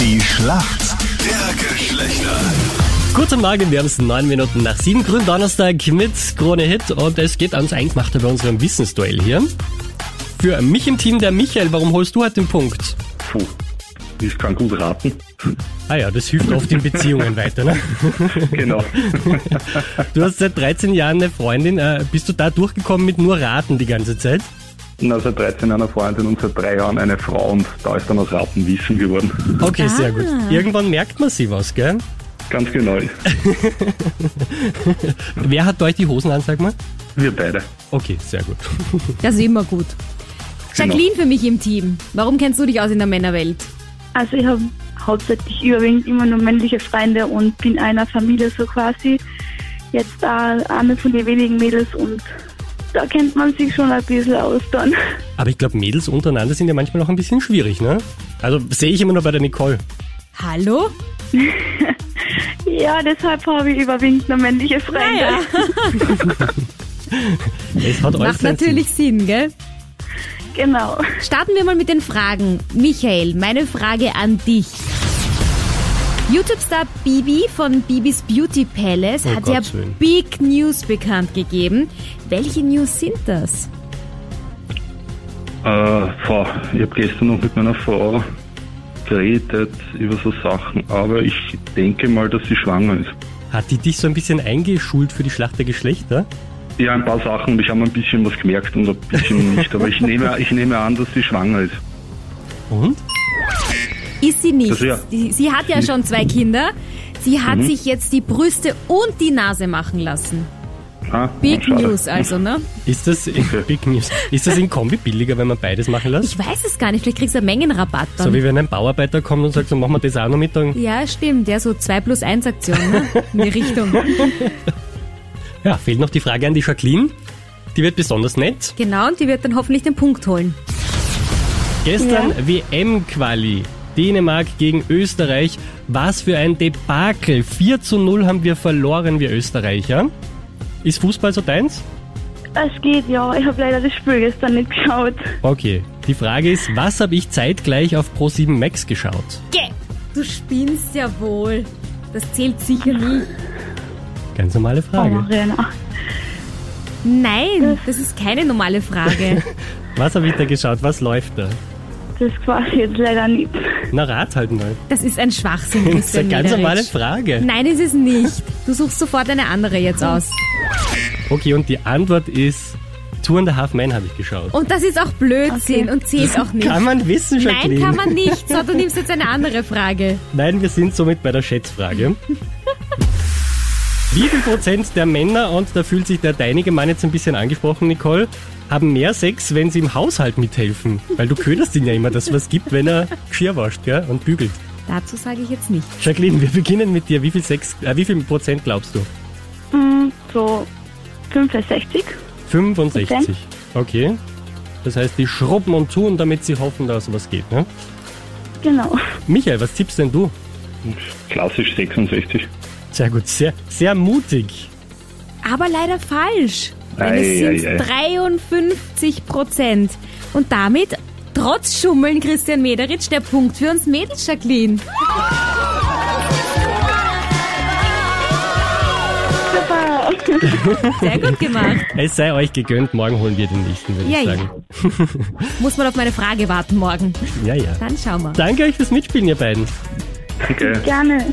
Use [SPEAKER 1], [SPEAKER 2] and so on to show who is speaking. [SPEAKER 1] Die Schlacht der Geschlechter.
[SPEAKER 2] Guten Morgen, wir haben es neun Minuten nach sieben. Grün Donnerstag mit Krone Hit und es geht ans Eingemachte bei unserem Wissensduell hier. Für mich im Team der Michael, warum holst du halt den Punkt?
[SPEAKER 3] Puh, ich kann gut raten.
[SPEAKER 2] Ah ja, das hilft oft in Beziehungen weiter, ne?
[SPEAKER 3] Genau.
[SPEAKER 2] Du hast seit 13 Jahren eine Freundin. Äh, bist du da durchgekommen mit nur Raten die ganze Zeit?
[SPEAKER 3] Na, seit 13 Jahren eine Freundin und seit drei Jahren eine Frau und da ist dann das Raten Wissen geworden.
[SPEAKER 4] Ah.
[SPEAKER 2] Okay, sehr gut. Irgendwann merkt man sie was, gell?
[SPEAKER 3] Ganz genau.
[SPEAKER 2] Wer hat euch die Hosen an, sag mal?
[SPEAKER 3] Wir beide.
[SPEAKER 2] Okay, sehr gut.
[SPEAKER 4] Das ist immer gut. Jacqueline für mich im Team. Warum kennst du dich aus in der Männerwelt?
[SPEAKER 5] Also ich habe hauptsächlich überwiegend immer nur männliche Freunde und bin einer Familie so quasi. Jetzt da eine von den wenigen Mädels und da kennt man sich schon ein bisschen aus dann.
[SPEAKER 2] Aber ich glaube, Mädels untereinander sind ja manchmal auch ein bisschen schwierig, ne? Also sehe ich immer nur bei der Nicole.
[SPEAKER 4] Hallo?
[SPEAKER 5] Ja, deshalb habe ich überwiegend nur männliche Freunde.
[SPEAKER 4] Naja,
[SPEAKER 2] Es hat alles
[SPEAKER 4] macht
[SPEAKER 2] seinen Sinn.
[SPEAKER 4] natürlich Sinn, gell?
[SPEAKER 5] Genau.
[SPEAKER 4] Starten wir mal mit den Fragen. Michael, meine Frage an dich. YouTube-Star Bibi von Bibis Beauty Palace
[SPEAKER 2] Oh
[SPEAKER 4] hat ja
[SPEAKER 2] Gottes Willen.
[SPEAKER 4] Big News bekannt gegeben. Welche News sind das?
[SPEAKER 3] Äh, Frau, ich habe gestern noch mit meiner Frau geredet über so Sachen, aber ich denke mal, dass sie schwanger ist.
[SPEAKER 2] Hat die dich so ein bisschen eingeschult für die Schlacht der Geschlechter?
[SPEAKER 3] Ja, ein paar Sachen und ich habe ein bisschen was gemerkt und ein bisschen nicht, aber ich nehme, ich nehme an, dass sie schwanger ist.
[SPEAKER 2] Und?
[SPEAKER 4] Ist sie nicht.
[SPEAKER 3] Das ja.
[SPEAKER 4] Sie, sie hat ja schon zwei Kinder. Sie hat sich jetzt die Brüste und die Nase machen lassen.
[SPEAKER 3] Ah,
[SPEAKER 4] Big
[SPEAKER 3] schade.
[SPEAKER 4] News also, ne?
[SPEAKER 2] Ist das in Big News? Ist das in Kombi billiger, wenn man beides machen lässt?
[SPEAKER 4] Ich weiß es gar nicht, vielleicht kriegst du einen Mengenrabatt dann.
[SPEAKER 2] So wie wenn ein Bauarbeiter kommt und sagt, so machen wir das auch noch mit, dann
[SPEAKER 4] ja, stimmt, ja, so 2 plus 1 Aktion, ne? In die Richtung.
[SPEAKER 2] ja, fehlt noch die Frage an die Jacqueline. Die wird besonders nett.
[SPEAKER 4] Genau, und die wird dann hoffentlich den Punkt holen.
[SPEAKER 2] Gestern WM-Quali. Dänemark gegen Österreich. Was für ein Debakel. 4 zu 0 haben wir verloren, wir Österreicher. Ist Fußball so deins?
[SPEAKER 5] Es geht, ja. Ich habe leider das Spiel gestern nicht geschaut.
[SPEAKER 2] Okay. Die Frage ist, was habe ich zeitgleich auf Pro7 Max geschaut?
[SPEAKER 4] Geh! Du spinnst ja wohl. Das zählt sicher nie.
[SPEAKER 2] Ganz normale Frage.
[SPEAKER 5] Marina.
[SPEAKER 4] Nein, das ist keine normale Frage.
[SPEAKER 2] Was habe ich da geschaut? Was läuft da?
[SPEAKER 5] Das quasi jetzt leider nicht.
[SPEAKER 2] Na, rat halt mal.
[SPEAKER 4] Das ist ein Schwachsinn,
[SPEAKER 2] Das ist
[SPEAKER 4] Christian
[SPEAKER 2] eine ganz
[SPEAKER 4] Mederitsch.
[SPEAKER 2] normale Frage.
[SPEAKER 4] Nein, ist es nicht. Du suchst sofort eine andere jetzt aus.
[SPEAKER 2] Okay, und die Antwort ist Two and a Half Men habe ich geschaut.
[SPEAKER 4] Und das ist auch Blödsinn
[SPEAKER 5] Okay.
[SPEAKER 4] und zählt auch nicht.
[SPEAKER 2] Kann man wissen, Jacqueline?
[SPEAKER 4] Nein, kann man nicht. So, du nimmst jetzt eine andere Frage.
[SPEAKER 2] Nein, wir sind somit bei der Schätzfrage. Wie viel Prozent der Männer, und da fühlt sich der deinige Mann jetzt ein bisschen angesprochen, Nicole, haben mehr Sex, wenn sie im Haushalt mithelfen? Weil du köderst ihn ja immer, dass was gibt, wenn er Geschirr wascht gell? und bügelt.
[SPEAKER 4] Dazu sage ich jetzt nicht.
[SPEAKER 2] Jacqueline, wir beginnen mit dir. Wie viel, Sex, äh, wie viel Prozent glaubst du?
[SPEAKER 5] Hm, so 65.
[SPEAKER 2] 65. Okay. Das heißt, die schrubben und tun, damit sie hoffen, dass was geht. Ne?
[SPEAKER 5] Genau.
[SPEAKER 2] Michael, was tippst denn du?
[SPEAKER 3] Klassisch 66.
[SPEAKER 2] Sehr gut, sehr, sehr mutig.
[SPEAKER 4] Aber leider falsch. Denn
[SPEAKER 3] Ei,
[SPEAKER 4] es sind
[SPEAKER 3] ei, ei.
[SPEAKER 4] 53 Prozent. Und damit, trotz Schummeln, Christian Mederitsch, der Punkt für uns Mädels, Jacqueline.
[SPEAKER 5] Super.
[SPEAKER 4] Sehr gut gemacht.
[SPEAKER 2] Es sei euch gegönnt, morgen holen wir den nächsten, würde
[SPEAKER 4] Ja,
[SPEAKER 2] ich
[SPEAKER 4] ja.
[SPEAKER 2] sagen.
[SPEAKER 4] Muss man auf meine Frage warten morgen.
[SPEAKER 2] Ja, ja.
[SPEAKER 4] Dann schauen wir.
[SPEAKER 2] Danke euch fürs Mitspielen, ihr beiden.
[SPEAKER 3] Okay.
[SPEAKER 5] Gerne.